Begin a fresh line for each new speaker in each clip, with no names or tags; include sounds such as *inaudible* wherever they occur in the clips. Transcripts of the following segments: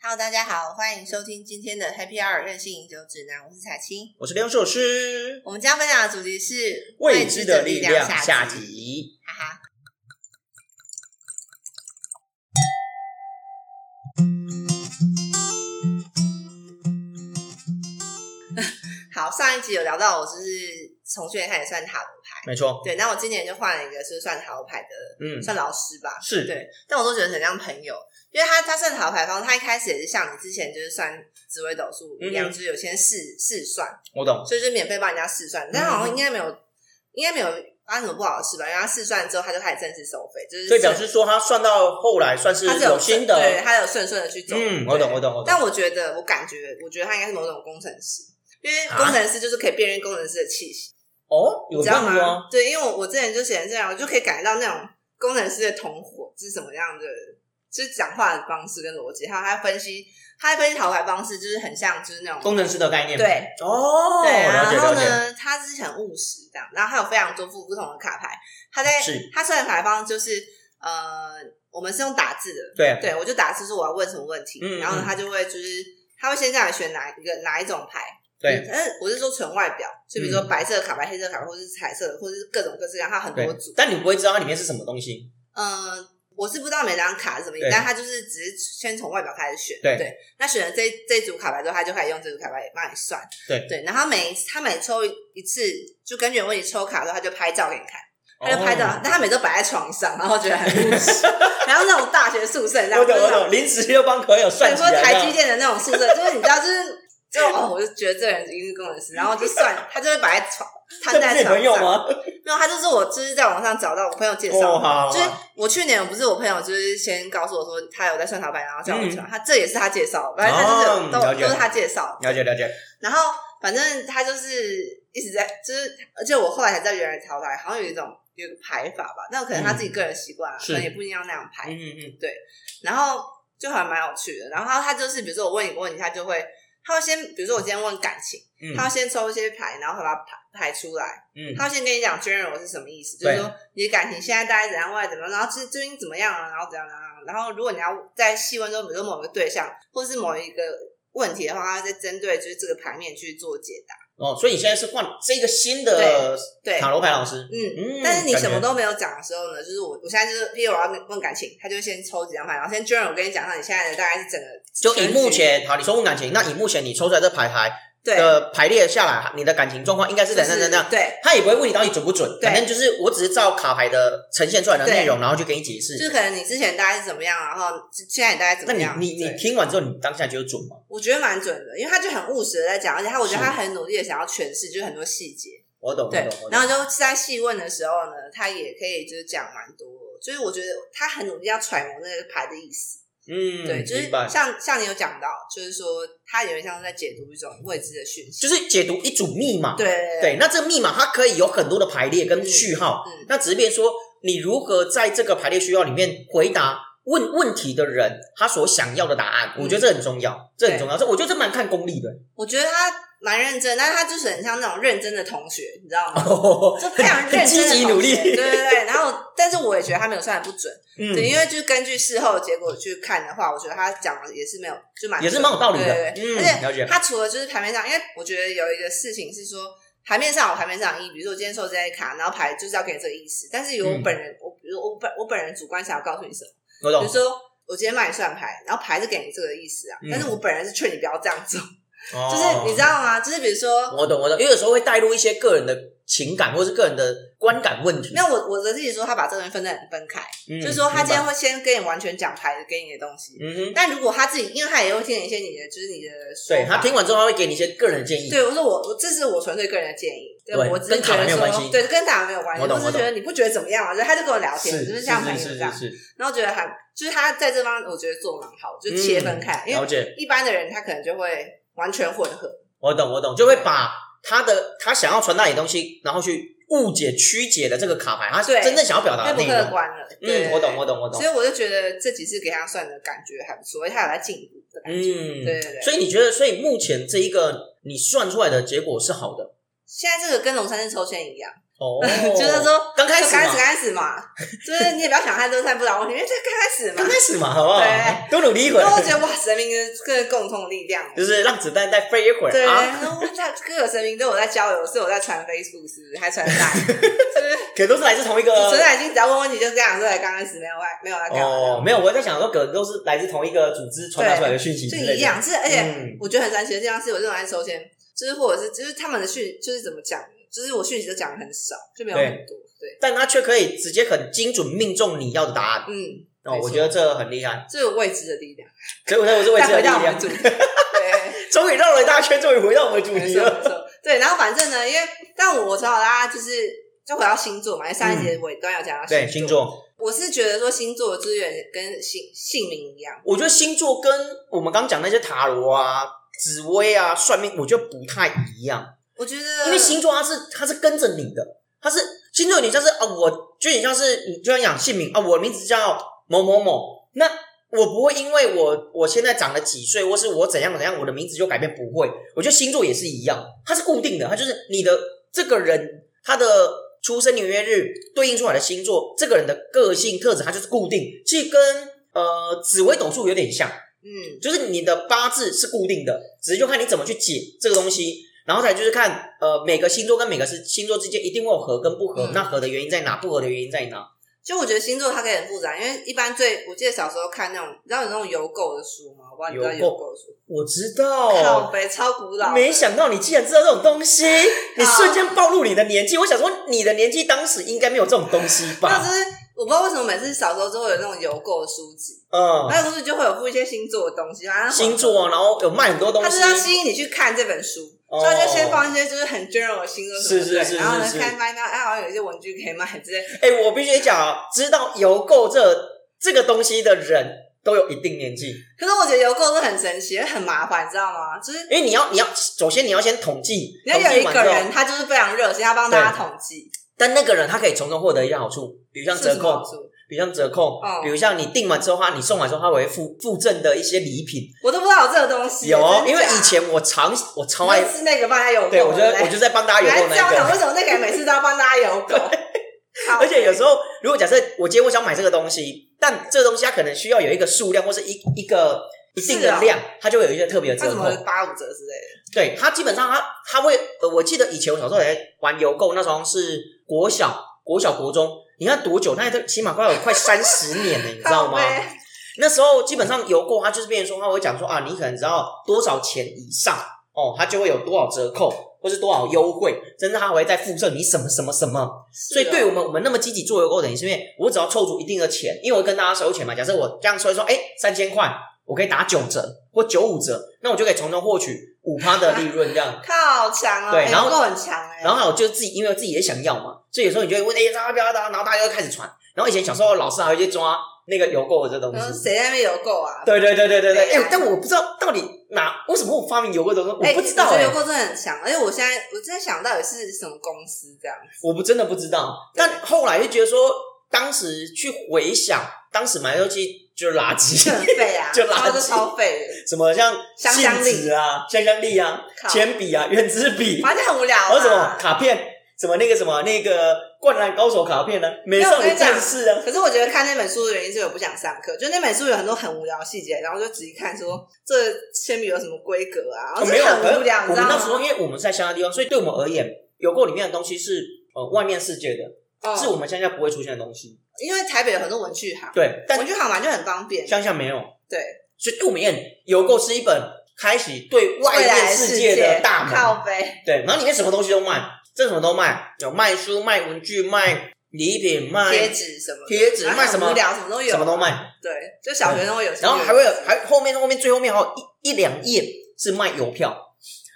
Hello，大家好，欢迎收听今天的 Happy Hour 任性饮酒指南，我是彩青。
我是刘寿师，
我们今天分享的主题是
未知的
力
力量
下
下，集。
哈哈。 *laughs* 好，上一集有聊到我就是从去年开始算塔罗牌，
没错，
对，那我今年就换了一个是算塔罗牌的，
嗯，
算老师吧，
是
对，但我都觉得很像朋友，因为他他算塔罗牌方，他一开始也是像你之前就是算紫微斗数一样，
嗯嗯
就是有先试试算，
我懂。
所以就免费帮人家试算，但好像应
嗯
该没有，应该没有发生什么不好的事吧？因为他试算之后，他就开始正式收费，就是
所以表示说他算到后来算是
他是有
心
顺对，
得。
他有顺顺的去走。
嗯，我懂，
对
我懂，我懂。
但我觉得，我感觉，我觉得他应该是某种工程师，因
啊
为工程师就是可以辨认工程师的气息，
哦，
你
有
知
这
道
样子
吗
吗？？
对，因为我我之前就写成这样，我就可以感觉到那种工程师的同伙是什么样的，就是讲话的方式跟逻辑，还有他分析，他分析讨牌方式就是很像就是那种。
工程师的概念。
对，
哦，
对啊，
了解
然后
了解。
呢，他是很务实这样，然后他有非常多副不同的卡牌，他在
是
他算的牌方就是呃，我们是用打字的，
对，
对，我就打字说我要问什么问题，
嗯
然后呢
嗯
他就会就是他会先让你选哪一个哪一种牌。
对，
嗯但是我是说纯外表，就比如说
嗯
白色的卡牌、黑色的卡牌，或者是彩色的，或者是各种各式各样，它很多
对
组。
但你不会知道它里面是什么东西。
嗯，我是不知道每张卡是什么意思，
对
但它就是只是先从外表开始选。
对
那选了这这组卡牌之后，他就开始用这组卡牌帮你算。
对
对，然后每他每抽一次，就根据我问你抽卡的时候，他就拍照给你看，他就拍照，
哦
但他每周摆在床上，然后觉得很务实， *laughs* 然后那种大学宿舍，你知道
我
吗？就是
懂，我
那种
懂。临时又帮朋友算
对，
起
说
来。
台积电的那种宿舍，就是你知道，就是就哦，我就觉得这人一定是工程师，然后就算他就会摆在床
这
摊
不
在
是你
床上。
朋友？吗？
没有，他就是我，就是在网上找到我朋友介绍的。
哦，好，好
就是
好
我去年不是我朋友，就是先告诉我说他有在算塔板，然后叫我去玩。他这也是他介绍，反正他就是有
嗯哦
都
了解
都是他介绍。
了解了解。
然后反正他就是一直在，就是而且我后来才知道原来淘汰好像有一种有一个排法吧，那可能他自己个人习惯啊，
嗯
可
是
能也不一定要那样排
嗯。嗯
然后就还蛮有趣的。然后他就是，比如说我问你个问题，他就会，他会先，比如说我今天问感情，
嗯
他
嗯
会先抽一些牌，然后会把它排排出来，
嗯，
他会先跟你讲 general 是什么意思，就
对
是说你的感情现在大概怎样，未来怎么样，然后最最近怎么样啊，然后怎样怎样啊，然后如果你要再细问说，比如说某个对象或是某一个问题的话，他会再针对就是这个牌面去做解答。
哦，所以你现在是换这个新的
对，
塔罗牌老师。
嗯，
嗯，
但是你
感
什么
觉
都没有讲的时候呢，就是我我现在就是，譬如我要问感情，他就先抽几张牌，然后先 general 跟你讲一下你现在的大概是整个
就以目
全局
前好，你说问感情，那以目前你抽出来这牌牌
对
的排列下来，你的感情状况应该是怎样怎样怎样？
对，
他也不会问你到底准不准，
对
反正就是我只是照卡牌的呈现出来的
对
内容，然后去给你解
就是
释。
可能你之前大概是怎么样，然后现在你大概怎
那
么
你
样？
你你
对
听完之后，你当下觉得准吗？
我觉得蛮准的，因为他就很务实的在讲，而且他我觉得
是
他很努力的想要诠释，就是很多细节。
我懂，我
对
懂，我，
然
懂。
后就在细问的时候呢，他也可以就是讲蛮多，就是我觉得他很努力要揣摩那个牌的意思。
嗯，
对，就是
明白
像像你有讲到，就是说他有点像是在解读一种未知的讯息。
就是解读一组密码。
对
对，那这个密码它可以有很多的排列跟
嗯
序号
嗯，
那只是变说你如何在这个排列序号里面回答问问题的人他所想要的答案，
嗯
我觉得这很重要，这很重要，这我觉得这蛮看功力的。
我觉得他蛮认真，但是他就是很像那种认真的同学，你知道吗？就非常认真的
很哦 *laughs* 积极
同
努
学对
力，
对对。然后，但是我也觉得他没有算的不准，
嗯，
对，因为就是根据事后的结果去看的话，我觉得他讲的也是没有，就蛮
也是蛮有道理的
对对对
嗯
而
了
且
解
他除了就是牌面上，因为我觉得有一个事情是说，牌面上有牌面上的意义，比如说我今天抽这些卡，然后牌就是要给你这个意思，但是有我
嗯
本人，我比如我本我本人主观想要告诉你什么，
我
比
懂
如，说。我今天帮你算牌，然后牌是给你这个意思啊，
嗯哦
但是我本人是劝你不要这样做，
就
就是你知，道吗？就是比如说，
我懂，我懂，因为有时候会带入一些个人的情感或是个人的观感问题，
那我我的自己说，他把这个东西分得很分开，
嗯
就是说他今
明
天
白
会先跟你完全讲牌给你的东西，
嗯哼，
但如果他自己，因为他也会听一些你的，就是你的说
对
法。
他听完之后他会给你一些个人的建议，
对我说我我这是我纯粹个人的建议，对
对
我只是
跟
觉
塔
得
罗没有关
说，
系
对，跟塔罗没有关系，
我懂
只是
我
觉
懂
得你不觉得怎么样啊？就是他就跟我聊天，
是
就是
是
像朋友
是
这
是
样，
是，是
然后觉得还就是他在这方面我觉得做得蛮好，就是切分开，
嗯
因
了
为
解，
一般的人他可能就会完全混合，
我懂我懂，就会把他的他想要传达你的东西，然后去误解曲解的这个卡牌，他
对
真正想要表达
太
的
不
内
客
容，
观了。对
啊嗯，我懂我懂我懂
所，以我就觉得这几次给他算的感觉还不错，而且他有在进步的感觉。
嗯，
对对对
所以你觉得，所以目前这一个你算出来的结果是好的，
现在这个跟龙山寺抽签一样，，
哦
*laughs* 就是说
刚开
就
始
刚开始
嘛，
开始
*laughs*
嘛，就是你也不要想太多，看不了问题，因为这刚开始嘛
刚。 *laughs* 开始嘛，好不好
对？
多努力一会
然后我
儿，
觉得哇，神明的这个共同力量
*laughs*
哦，
就是让子弹再飞一会
对，
儿啊。
然后他各个神明都有在交流，是有在传 Facebook，是不是还传
*laughs*
Line，就是
可能都是来自同一个
陈乃金只要问问题就这样，所以刚开始没有来没有啊来干
哦，
嘛，
没有，我在想说，可能都是来自同一个组织传达出来的讯息之
就
类的，
一样。是而且
嗯
我觉得很神奇的地方是，我这种爱抽签，就是或者是就是他们的讯就是怎么讲，就是我讯息都讲的很少，就没有很多。对，
但他却可以直接很精准命中你要的答案。
嗯，
哦
没，错
我觉得这很厉害，
这有未知的力量。
所以我才我是为
再
这个
回
力
到我们
量
的，主题，对。
终于绕了一大圈，终于回到我们的主
*laughs* 没
题
错
了。
没错，对。然后反正呢，因为但我从小到大就是就回到星座嘛，因为上一节尾端有讲到
嗯对
星
星座，
我是觉得说星座的资源跟姓姓名一样，
我觉得星座跟我们刚讲那些塔罗啊、紫薇啊、算命，我觉得不太一样，
我觉得
因为星座它是它是跟着你的，它是星座，你像是啊，我就你像是你就像讲姓名啊，我的名字叫某某某，那。我不会因为我我现在长了几岁，或是我怎样怎样，我的名字就改变，不会。我觉得星座也是一样，它是固定的，它就是你的这个人他的出生年月日对应出来的星座，这个人的个性特质，它就是固定。其实跟呃紫微斗数有点像，
嗯
就是你的八字是固定的，只是就看你怎么去解这个东西，然后再就是看呃每个星座跟每个是星座之间一定会有合跟不合，
嗯
那合的原因在哪，不合的原因在哪？
就我觉得星座它可以很复杂，因为一般最我记得小时候看那种，你知道有那种邮购的书吗？我不知道你知道
邮购
邮购的书，
我知
靠
道。
北超古老的，
没想到你竟然知道这种
*laughs*
东西，你瞬间暴露你的年纪。我想说，你的年纪当时应该没有这种东西
那
吧？
就是我不知道为什么每次小时候都会有那种邮购的书籍，
嗯，
那个书籍就会有附一些星座的东西，然后
星座啊，然后有卖很多东
他
西。
是啊要吸引你去看这本书，
哦
所以他就先放一些就是很 general 的星座什么
是是
的，
是
然后呢
是是
看翻一翻，哎，好像有一些文具可以买之类。
哎、我必须得讲啊，知道邮购这这个东西的人都有一定年纪，
可是我觉得邮购是很神奇，很麻烦，你知道吗？就是
因为你要你要首先你要先统计，
你要
统
有
计
一
完
个
之后
人，，他就是非常热心，他帮大家统计，
但那个人他可以从中获得一些好处，比如像
是什
折
么好
扣，
处？
比如像折扣，
哦
比如像你订完之后他你送完之后他会附附赠的一些礼品，
我都不知道有这个东西，
有哦，
真
因为
假
以前我常我超
我
爱
就，是那个帮他邮购，
对我觉
不
得我就在帮大家
你还
邮购
这样
那一
想，
个。
为什么那个人每次都要帮大家邮
*laughs*
购？好
而且有时候，如果假设我今天我想买这个东西，但这个东西它可能需要有一个数量或是一一个一定
是
的
啊
量，它就会有一些特别的
他
折
怎
扣
么。八五折之类
对他基本上他他会，呃，我记得以前我小时候也玩邮购，那时候是国小、国小、国中，你看多久？那都起码快有快三十年了，你知
的？
道吗
靠？背
那时候基本上邮购，它就是变成说，他会讲说啊，你可能只要多少钱以上哦，它就会有多少折扣，或是多少优惠，甚至它还会再附赠你什么什么什么。所以
是哦
对我们我们那么积极做邮购，等于是因为我只要凑足一定的钱，因为我跟大家收钱嘛。假设我这样说一说，哎，三千块，我可以打九折或九五折，那我就可以从中获取五趴的利润这
*laughs*
样。
靠强哦，
对
哎
然后
邮购很强哎，
然后还有就是自己，因为自己也想要嘛，所以有时候你就会问，哎、大家不要大家，然后大家就开始传。然后以前小时候老师还会去抓那个邮购的这东
然后
西。
谁在那边邮购啊？
对对对对对对，
对
哎、
啊
但我不知道到底哪为什么我发明邮购这东西，
哎
我不知道
我觉
哎、
得邮购真的很强，而且我现在我真的想到底是什么公司
*laughs*
这样子。
我不真的不知道。但后来就觉得说，当时去回想，当时买的东西就是垃圾
就， *laughs* 很废啊，
就垃圾
然后就超废的，
什么像
香香
信纸啊、香香粒啊、
靠
铅笔啊、圆珠笔，
反正很无聊、啊。
还有什么？卡片，什么那个什么那个灌篮高手卡片呢、啊，美
没有我
少
跟
女
你讲
战士啊，
可是我觉得看那本书的原因是我不想上课，就那本书有很多很无聊的细节，然后就仔细看说这铅笔有什么规格啊，然后
哦没有，
真的
可
很
是
无聊，
我
你知
们
道
那时候
吗？
因为我们是在乡下地方，所以对我们而言，邮购里面的东西是呃外面世界的，
哦
是我们乡下不会出现的东西。
因为台北有很多文具行，
对，但
文具行嘛就很方便。
乡下没有，
对，
所以对我们而言，邮购是一本开启对外
未来
面世界的大门。
靠背，
对，然后里面什么东西都卖，这什么都卖，有卖书、卖文具、卖礼品、卖
贴纸什么的，
贴纸
然后
卖什
很
么
无聊什么都有，
什么都卖，
对，就小学生会有兴趣的东西，
然后还会有还后面后面最后面还有一一两页是卖邮票，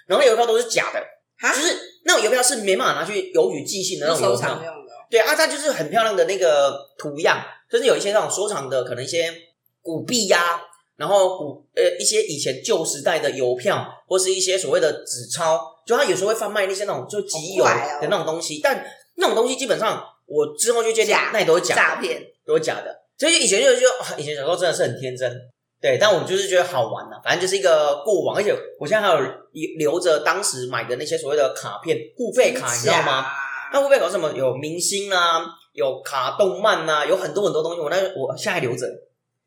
然后邮票都是假的，
啊
就是那种邮票是没办法拿去邮局寄信的那
就
种邮
收
票
藏。用的哦，
对啊，它就是很漂亮的那个图样，就是有一些那种收藏的，可能一些古币呀、然后古呃一些以前旧时代的邮票，或是一些所谓的纸钞，就它有时候会贩卖那些那种就集邮
好怪哦
的那种东西，但那种东西基本上我之后就鉴定
假
那也都是假的
诈骗。
都是假的。所以以前就是觉得，啊以前小时候真的是很天真，对。但我们就是觉得好玩呐、啊反正就是一个过往。而且我现在还有留留着当时买的那些所谓的卡片，互费卡，你知道吗？？那会不会搞什么有明星啊，有卡动漫啊，有很多很多东西，我那我现在还留着，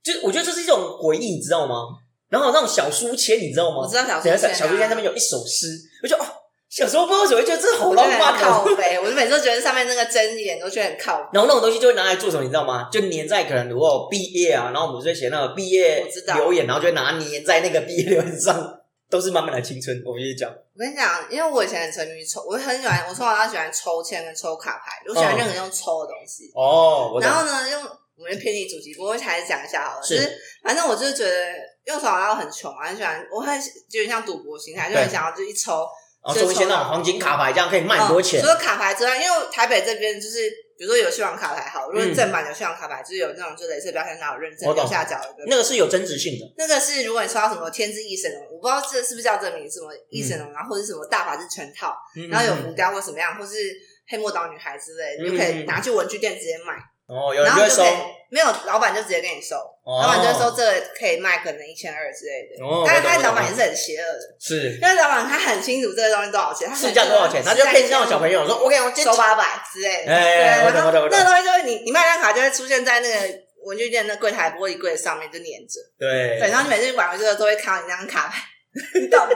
就是我觉得这是一种回忆，你知道吗？然后那种小书签，你知道
我
吗
知？道小
等
书
一下，小书签
签啊
上面有一首诗，我就哦，小时候不知道怎么会觉得这是好
我
浪
觉得
漫
很啊靠
哦。
背，我就每次都觉得上面那个针眼都觉得很靠背。
*laughs* 然后那种东西就会拿来做什么，你知道吗？就粘在可能如果毕业啊，然后我们就会写那个毕业
我知道
留言，然后就会拿粘在那个毕业留言上，都是满满的青春。我跟你讲，
我跟你讲，因为我以前很沉迷于抽，我很喜欢，我从小到大喜欢抽签跟抽卡牌，我喜欢
嗯
任何用抽的东西。
哦，我
然
懂，
后呢，用我们偏离主题，不过还是讲一下好了。
是
就是反正我就是觉得用手摇很穷啊，很喜欢，我很就有点像赌博心态，就很
对
想要就一抽
然后抽一些那种黄金卡牌，这样可以卖很多钱
嗯。除了卡牌之外，因为台北这边就是比如说有信用卡牌好，如果是正版的信用卡牌，就是有那种就镭射标签，然后有认证
嗯我懂
右下角有一个。
那个是有增值性的，
那个是如果你抽到什么天之翼神龙，我不知道这是不是叫这个名字，什么翼神
嗯
龙，然后或者是什么大法师全套，然后有浮雕或什么样，或是黑墨岛女孩之类的，你就可以拿去文具店直接买，
哦，嗯有人
然
就
后
会
就
收
可以，没有老板就直接给你收，老板就会说这个可以卖可能一千二之类的。
哦，
但是他老板
也
也是很邪恶的，
是
因为老板他很清楚这个东西多少钱，他
市价多少钱，他就骗那种小朋友说，我跟你讲，我今天
收八百之类的。
哎
对啊
我懂我懂我懂
那个东西就是你你卖张卡就会出现在那个文具店的柜台玻璃柜上面就粘着，
对
对，然后你每次买回去的时候都会看到你那张卡牌， *laughs* 你懂吗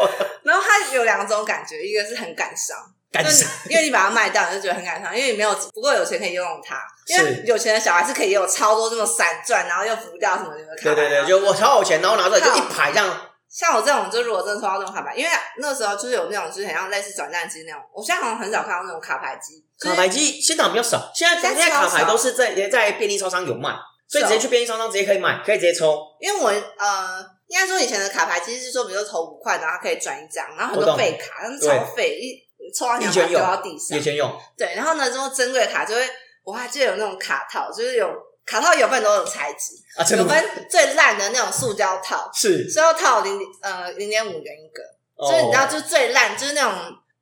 我？
然后它有两种感觉，一个是很感伤，
感
就是
伤
因为你把它卖掉，你就觉得很感伤，因为你没有不够有钱可以拥有它，因为
是
有钱的小孩是可以有超多这种散钻，然后又浮掉什么的卡牌。
对对
然
对，
后
就我超有钱，然后拿出来就一排这样，
像我这种，就如果真的抽到这种卡牌，因为那时候就是有那种就是很像类似转蛋机那种，我现在好像很少看到那种卡牌机，就是
卡牌机现场比较少，现在
现
现
在
在卡
超
牌
少哦
都是在也在便利超商有卖，所以直接去便利超商直接可以买，可以直接抽。
因为我呃，应该说以前的卡牌其实是说，比如说投五块，然后它可以转一张，然后很
我
多
懂
废卡，但是超废，一抽到你
以
把
前
它
有
丢到地上
以。前有，
对，然后呢，这种珍贵的卡就会，我还记得有那种卡套，就是有卡套有分很多种材质，
啊，真的
有
吗
分最烂的那种塑胶套，
是，
塑胶套零呃零点五元一个，
哦
所以你知道就是最烂，就是那种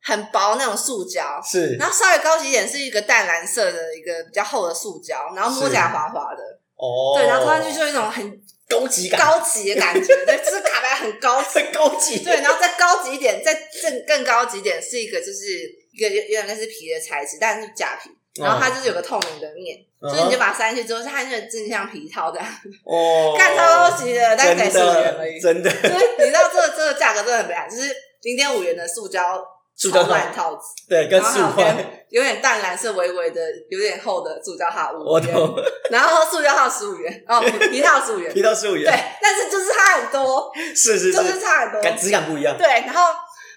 很薄那种塑胶。
是
然后稍微高级一点是一个淡蓝色的一个比较厚的塑胶，然后摸起来
是
滑滑的，
哦，
对，然后穿上去就有一种很
高级感，
高级的感觉，对，就是卡牌很高级，
很高级，
对，然后再高级一点，再更更高级一点是一个就是一个有有点类似皮的材质，但是假皮，
嗯，
然后它就是有个透明的面，所以你就把它塞进去之后，它就是真的像皮套这样，
哦，
看超高级的，但
真
是才十五元而
的
已，
真的，
就是你知道这个这个价格真的很悲哀，就是零点五元的塑胶
*laughs* 塑胶
超烂套子，
对，跟
然后还
四五
有
块，
跟有点淡蓝色微微的、有点厚的塑胶套五
我
元，
懂，
然后塑胶套十五元，哦，
*laughs*
皮套十五元
提，到十五
对
元，，
但是就是差很多。
是是
就是
是，
差很多。
感质感不一
*laughs*
样，
对，然后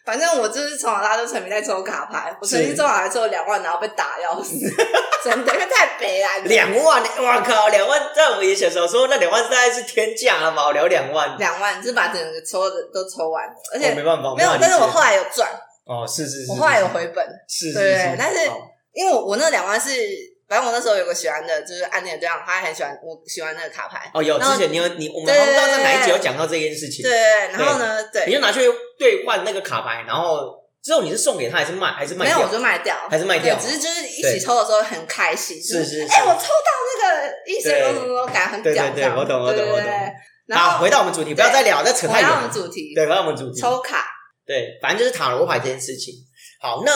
反正我就是从小到大就沉迷在抽卡牌，我曾经
是
抽卡牌抽了两万，然后被打要死， *laughs* 真的，因为太北蓝了。
两万，我靠，两万在我们以前小时候，那两万大概是天价了吧？我聊两万，哦
两万，就是把整个抽的都抽完了，而且
我没办法，
没有
办法理，解
但是我后来有赚，
哦，是是是，
我后来有回本，
是，是是
对
是
但是
好
因为我我那两万是，反正我那时候有个喜欢的，就是暗恋的对象，他也很喜欢我喜欢那个卡牌，
哦有
然后
之前你有你我们
对
好像不知道在哪一集有讲到这件事情，
对，然后呢，
你
对，
就拿去兑换那个卡牌，然后之后你是送给他还是卖还是卖
没有我
掉？
就卖掉，
还是卖掉
对只是就是一
对
起抽的时候很开心，就是
是是，
哎、我抽到那个医生什么什么，感觉很
对
屌
对对
这样
我懂我懂
对对
我
对
懂
然
好，
后
回到我们主题，不要再聊，那扯
回
太远
到我们
了。
主题，
对，回到我们主题，
抽卡，
对，反正就是塔罗牌这件事情。好，那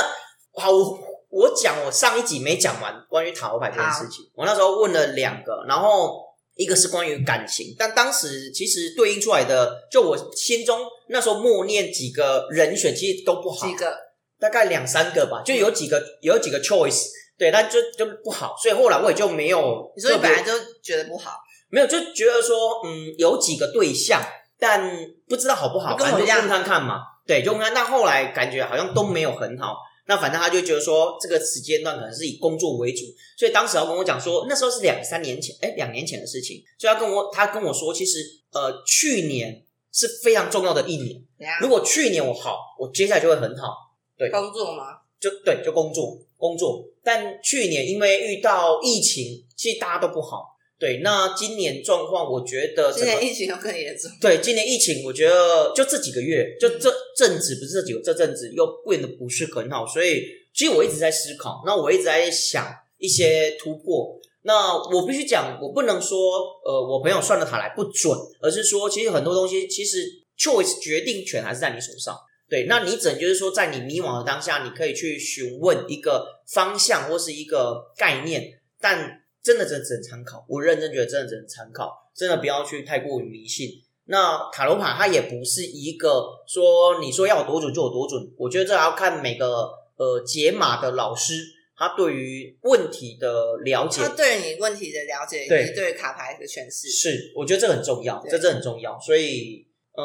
好，我我讲我上一集没讲完关于塔罗牌这件事情，我那时候问了两个，然后一个是关于感情，但当时其实对应出来的，就我心中那时候默念几个人选，其实都不好，
几个
大概两三个吧，就有几个有几个 choice，对，但就就不好，所以后来我也就没有
你说你
特别
本来就觉得不好，
没有就觉得说，嗯，有几个对象，但不知道好不好，
哦跟
反
我
正
一
就
样
问看看嘛，对，就问看。但后来感觉好像都没有很好，那反正他就觉得说，这个时间段可能是以工作为主，所以当时他跟我讲说，那时候是两三年前，哎，两年前的事情，所以他跟我他跟我说，其实呃，去年是非常重要的一年，
怎样
如？果去年我好，我接下来就会很好，
工作吗？
就对，就工作工作。但去年因为遇到疫情，其实大家都不好。对，那今年状况，我觉得
今
整
年
个
疫情又更严重，
对今年疫情，我觉得就这几个月，就这阵子不是这几个这阵子又变得不是很好，所以其实我一直在思考，那我一直在想一些突破。那我必须讲，我不能说呃，我朋友算的塔来不准，而是说其实很多东西其实 choice 决定权还是在你手上。对，那你只能就是说，在你迷惘的当下，你可以去询问一个方向或是一个概念，但真的真的只能参考。我认真觉得真的只能参考，真的不要去太过于迷信。那塔罗牌它也不是一个说你说要有多准就有多准，我觉得这还要看每个呃解码的老师他对于问题的了解
他对你问题的了解，以
对
及对卡牌的诠释，
是，我觉得这个很重要，
对
这真的很重要。所以呃，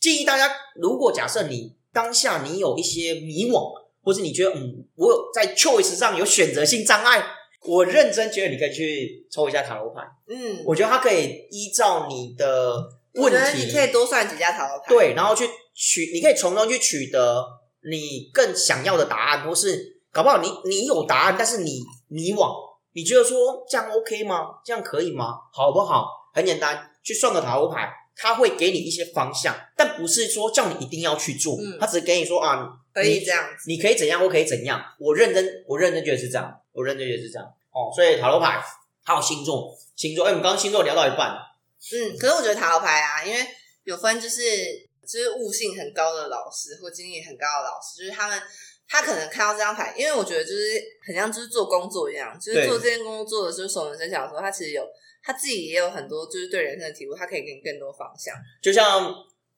建议大家，如果假设你当下你有一些迷惘，或是你觉得嗯，我有在 choice 上有选择性障碍，我认真觉得你可以去抽一下塔罗牌，
嗯，
我觉得它可以依照你的
我
问
觉得
题，
你可以多算几家塔罗牌，
对，然后去取，你可以从中去取得你更想要的答案，或是搞不好你你有答案，但是你迷惘，你觉得说这样 OK 吗？这样可以吗？好不好？很简单，去算个塔罗牌，它会给你一些方向，但不是说叫你一定要去做，
嗯
它只是给你说啊，
可以这样子，
你可以怎样，我可以怎样。我认真，我认真觉得是这样，我认真觉得是这样。哦，所以塔罗牌还有星座，星座，哎、我们刚刚星座聊到一半，
嗯，可是我觉得塔罗牌啊，因为有分就是就是悟性很高的老师或经历很高的老师，就是他们他可能看到这张牌，因为我觉得就是很像就是做工作一样，就是
对
做这件工作的时候熟能生巧的时候，他其实有他自己也有很多就是对人生的体悟，他可以给你更多方向。
就像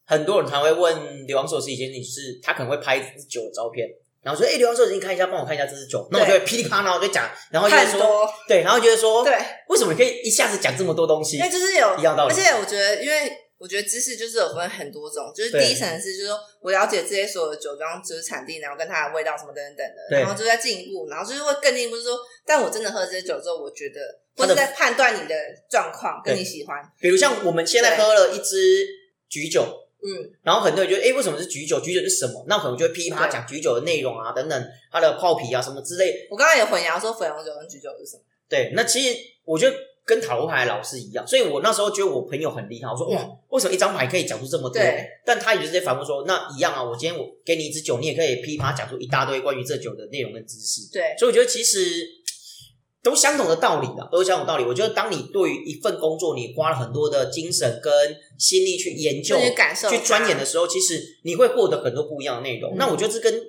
很多人常会问刘王硕是一件事情，就是他可能会拍一支酒的照片，然后说：“哎、刘王硕，你看一下，帮我看一下这支酒。”那我就会噼里啪啦，我就讲，然后就会
太
说，
多
对，然后就会说，
对，
为什么你可以一下子讲这么多东西
因？为就是有
一样道理
而且我觉得，因为我觉得知识就是有分很多种，就是
对
第一层是就是说我了解这些所有的酒庄就是产地，然后跟它的味道什么等等等的，
对
然后就再进一步，然后就是会更进一步，就是说，但我真的喝了这些酒之后，我觉得或
它
者
的
在判断你的状况
对
跟你喜欢，
比如像我们现在
对
喝了一支橘酒，
嗯，
然后很多人就哎、诶为什么是橘酒？橘酒是什么？那可能就会噼里啪啦
对
讲橘酒的内容啊，等等，它的泡皮啊什么之类。
我刚刚也混淆说粉红酒跟橘酒是什么，
对，那其实我觉得跟塔罗牌的老师一样，所以我那时候觉得我朋友很厉害，我说
嗯
哇，为什么一张牌可以讲出这么多
对？
但他也就直接反问说，那一样啊，我今天我给你一支酒，你也可以噼啪讲出一大堆关于这酒的内容跟知识。
对，
所以我觉得其实都相同的道理啦，都是相同的道理。我觉得当你对于一份工作，你花了很多的精神跟心力去研究
就、是感受
去钻研的
它
时候，其实你会获得很多不一样的内容。
嗯
那我觉得这跟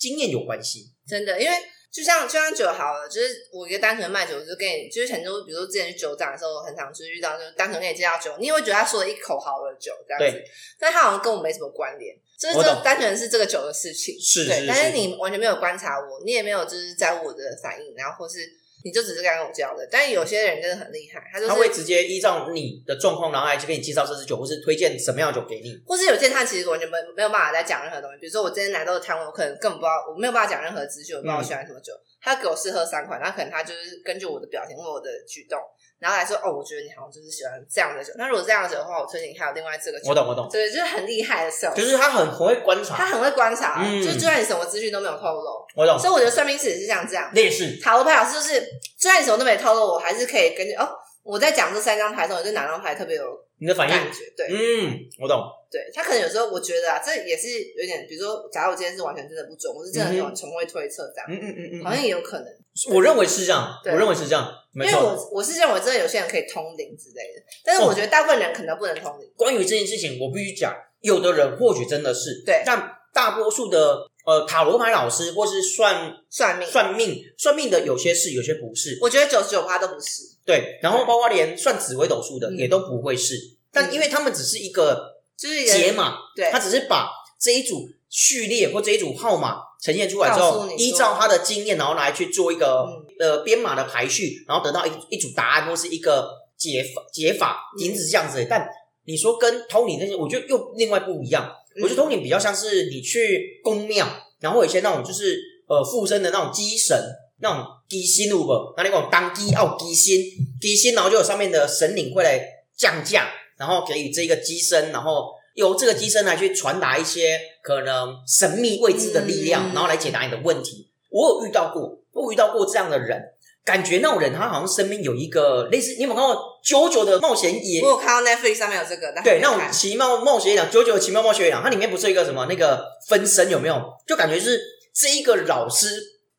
经验有关系。
真的，因为就像就像酒好了，就是我一个单纯卖酒，我就跟你就是很多，比如说之前去酒展的时候，我很常就是遇到，就是单纯跟你介绍酒，你也会觉得他说了一口好的酒这样子
对，
但他好像跟我没什么关联，就是
我
这
懂
单纯是这个酒的事情，
是
对，
是
但是
是
你完全没有观察我，你也没有就是在乎我的反应，然后或是你就只是刚刚我教的，但有些人真的很厉害，他就
他会
是。
直接依照你的状况，然后来去给你介绍这支酒，或是推荐什么样的酒给你。
或是有些他其实完全没没有办法再讲任何东西，比如说我今天来到的摊位，我可能根本不知道，我没有办法讲任何资讯，我不知道我
嗯
喜欢什么酒。他给我试喝三款，那可能他就是根据我的表情或我的举动，然后来说哦，我觉得你好像就是喜欢这样的酒。那如果这样的酒的话，我推荐你还有另外这个酒。
我懂，我懂，
对，就是很厉害的 sales，
就是他很很会观
他
察。
很会观察，
嗯
就是就算你什么资讯都没有透露，
我懂，
所以我觉得算命师也是像这样。
类似
塔罗牌老师就是，虽然你什么都没透露，我还是可以根据哦，我在讲这三张牌的时候，我对哪张牌特别有
你的反应
感。觉，对，
嗯，我懂，
对他可能有时候我觉得啊，这也是有点，比如说，假如我今天是完全真的不准，我是真的
嗯哼
很很会推测这样，
嗯嗯嗯
好像也有可能，
我认为是这样，我
对
认为是这样，没
因为
错。哦
我我是认为真的有些人可以通灵之类的，但是我觉得大部分人可能不能通灵，
关于这件事情，我必须讲，有的人或许真的是
对
但大多数的呃塔罗牌老师或是算
算命，
算命算命的，有些是，有些不是。
我觉得九十九趴都不是，
对，然后包括连算紫微斗数的
嗯
也都不会是，但因为他们只是一个
就是一个
解码，
对
他只是把这一组序列或这一组号码呈现出来之
告诉
后
你，说
依照他的经验，然后来去做一个、
嗯
呃编码的排序，然后得到一一组答案或是一个解法解法，
嗯
仅此这样子而已。但你说跟 Tony 那些，我觉得又另外不一样。
嗯
我觉得 Tony 比较像是你去宫庙，然后有一些那种就是呃附身的那种鸡神，那种鸡心有无？那那种当鸡哦鸡心，鸡心，然后就有上面的神灵会来降价，然后给予这个机身，然后由这个机身来去传达一些可能神秘未知的力量，
嗯
然后来解答你的问题。我有遇到过，我有遇到过这样的人，感觉那种人他好像身边有一个类似，你有没有看过《九九的冒险野
我》？有看到 Netflix 上面有这个，但
对，
还
那
没
种
看
奇妙冒险野狼，《九九的奇妙冒险野狼》，它里面不是有一个什么那个分身有没有？就感觉就是这一个老师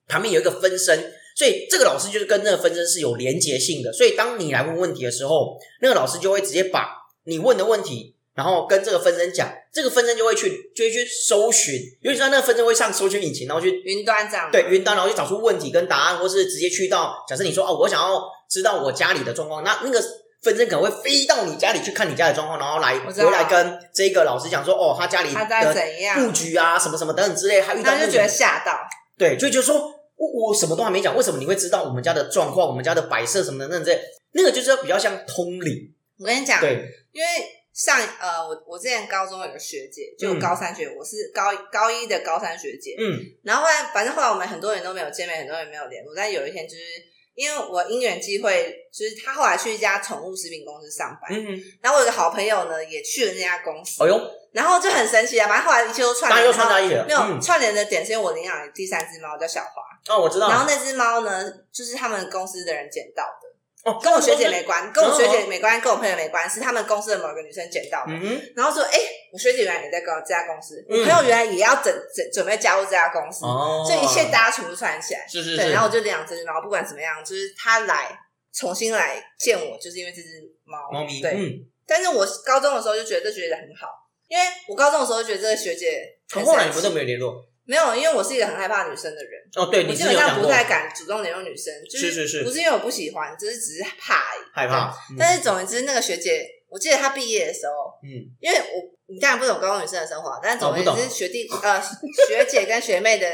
旁边有一个分身，所以这个老师就是跟那个分身是有连结性的。所以当你来问问题的时候，那个老师就会直接把你问的问题然后跟这个分身讲，这个分身就会去就会去搜寻，有点像那个分身会上搜寻引擎，然后去
云端这样，
对云端，然后去找出问题跟答案，或是直接去到假设你说哦，我想要知道我家里的状况，那那个分身可能会飞到你家里去看你家的状况，然后来
我知道
回来跟这个老师讲说哦，他家里
他在
的
怎
布
样，
局啊，什么什么等等之类，他遇到
他就
问
觉
题
得吓到，
对，就就说我我什么都还没讲，为什么你会知道我们家的状况、我们家的摆设什么的那这那个就是比较像通灵，
我跟你讲，
对，
因为上呃，我我之前高中有个学姐，就
嗯
高三学，我是高高一的高三学姐，
嗯
然后后来，反正后来我们很多人都没有见面，很多人没有联络。但有一天，就是因为我因缘际会，就是他后来去一家宠物食品公司上班，
嗯，
然后我有个好朋友呢也去了那家公司，
哎呦，
然后就很神奇啊，反正后来一切都串
大家
联，
又穿
然
插
后
一起了，
嗯没有、
嗯，
串联的点是因为我领养的第三只猫叫小花，
哦，我知道，
然后那只猫呢就是他们公司的人捡到的，
哦，
跟我学姐没关，跟我学
哦
姐没关，跟我朋友没关，是他们公司的某个女生捡到的。
嗯哼，
然后说，哎、我学姐原来也在搞这家公司，
嗯
我朋友原来也要整整准备加入这家公司，
哦，
所以一切搭全部串起来。
是是
对，
是，
然后我就两只猫，不管怎么样，就是它来重新来见我，就是因为这只猫。
猫咪，
对，
嗯，
但是我高中的时候就觉得这学姐很好，因为我高中的时候就觉得这个学姐很
后来你
神
们
奇
都没有联络，
没有，因为我是一个很害怕女生的人，
哦，对，
我
你
基
是
本
有
上
讲
不
过，
太敢主动联络女生，就是
是是
不是因为我不喜欢，就是只是怕而已。
害怕，嗯
但是总而言之，那个学姐，我记得她毕业的时候，
嗯，
因为我你当然不懂高中女生的生活，啊但是总而
哦
言
不
之，
懂
学弟呃 *laughs* 学姐跟学妹的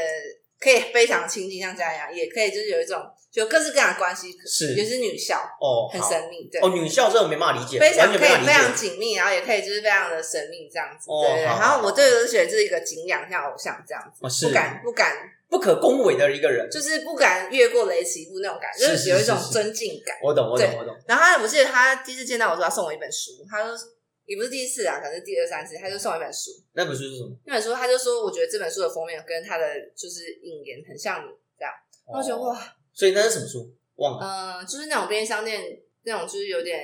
可以非常亲近，像家一样，也可以就是有一种就各式各样的关系，
是
也是女校
哦，
很
好
神秘，对，
哦，女校这种没办法理解，
非常
完
可
全没办
以非
法
常
理解，
紧密，然后也可以就是非常的神秘这样子，
哦
对对对。
好好
然后我对刘雪就是一个敬仰，像偶像这样子，
哦是
不敢不敢，
不可恭维的一个人，
就是不敢越过雷池一步那种感觉，就是
是
有一种
是是
尊敬感。
我懂，我懂，
对
我懂，
然后他我记得他第一次见到我说他送我一本书，他说也不是第一次啊，可能是第二三次，他就送我一本书。
那本书是什么？
那本书，他就说，我觉得这本书的封面跟他的就是引言很像你这样。然后我觉得
哦
哇，
所以那是什么书？忘了。
嗯、就是那种便利商店那种，就是有点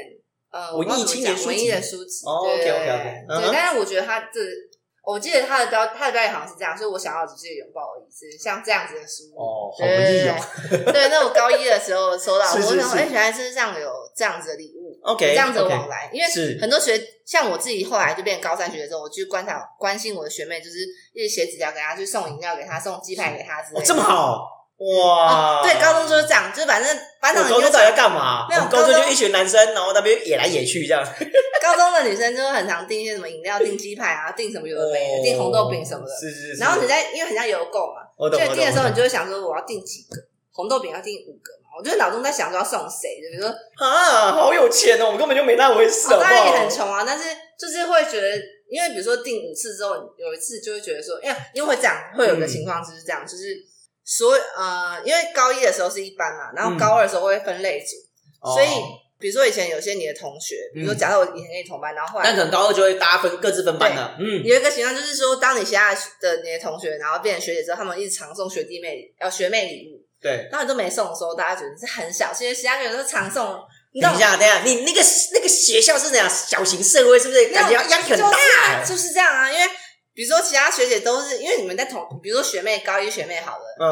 呃
文艺
我不知道怎么
青年
讲
书籍
文艺的书籍。
哦
对对
OK，OK，OK，
对
嗯
对
哼，
但是我觉得他这，我记得他的标，他的标题好像是这样，所以我想要只是拥抱而已，是像这样子的书。
哦，好
对
文艺
对对，
哦。
对那我高一的时候收到，
*laughs* 是是
我想
是
说，哎，原来身上有这样子的礼物，
OK，
这样子的
OK
往来，因为
是
很多学像我自己后来就变高三学的时候，我去观察关心我的学妹，就是一直写纸条给她，去送饮料给她，送鸡排给她之类
哦，
的。哦
这么好哇！
嗯对，高中就是这样，就是反正班
我
上
高
你
中
就
到底要干嘛？
没有
我们高中
高中
就一群男生，然后那边野来野去这样。
高中的女生就会很常订一些什么饮料、订鸡排啊，订什么有的没的，订红豆饼什么的。
哦是是是。
然后你在因为很像邮购嘛，
我
所
懂，
以
我
订
懂
的时候
我
你就会想说我要订几个红豆饼，要订五个嘛。我就脑中在想说要送谁，就比如说
懂啊，好有钱哦，我们根本就没那回事，
哦，
好不
当然也
好
很？穷啊，但是就是会觉得，因为比如说订五次之后，有一次就会觉得说，因为因为会这样，会有
嗯
个情况就是这样，就是所有呃，因为高一的时候是一班嘛，然后高二的时候会分类组，
嗯哦嗯
所以比如说以前有些你的同学，比如说假设我以前跟你同班，然后后
但
来
可能高二就会大家分各自分班了。嗯，
有一个情况就是说，当你其他的你的同学，然后变成学姐之后，他们一直常送学弟妹呃学妹礼物，
对。
然后你都没送的时候，大家觉得你是很小气，因为其他人都常送，你懂
等一下，等一下，你那个那个学校是怎样小型社会？是不是感觉压力很大？哎
就是这样啊，因为比如说其他学姐都是因为你们在同，比如说学妹高一学妹好了，
嗯，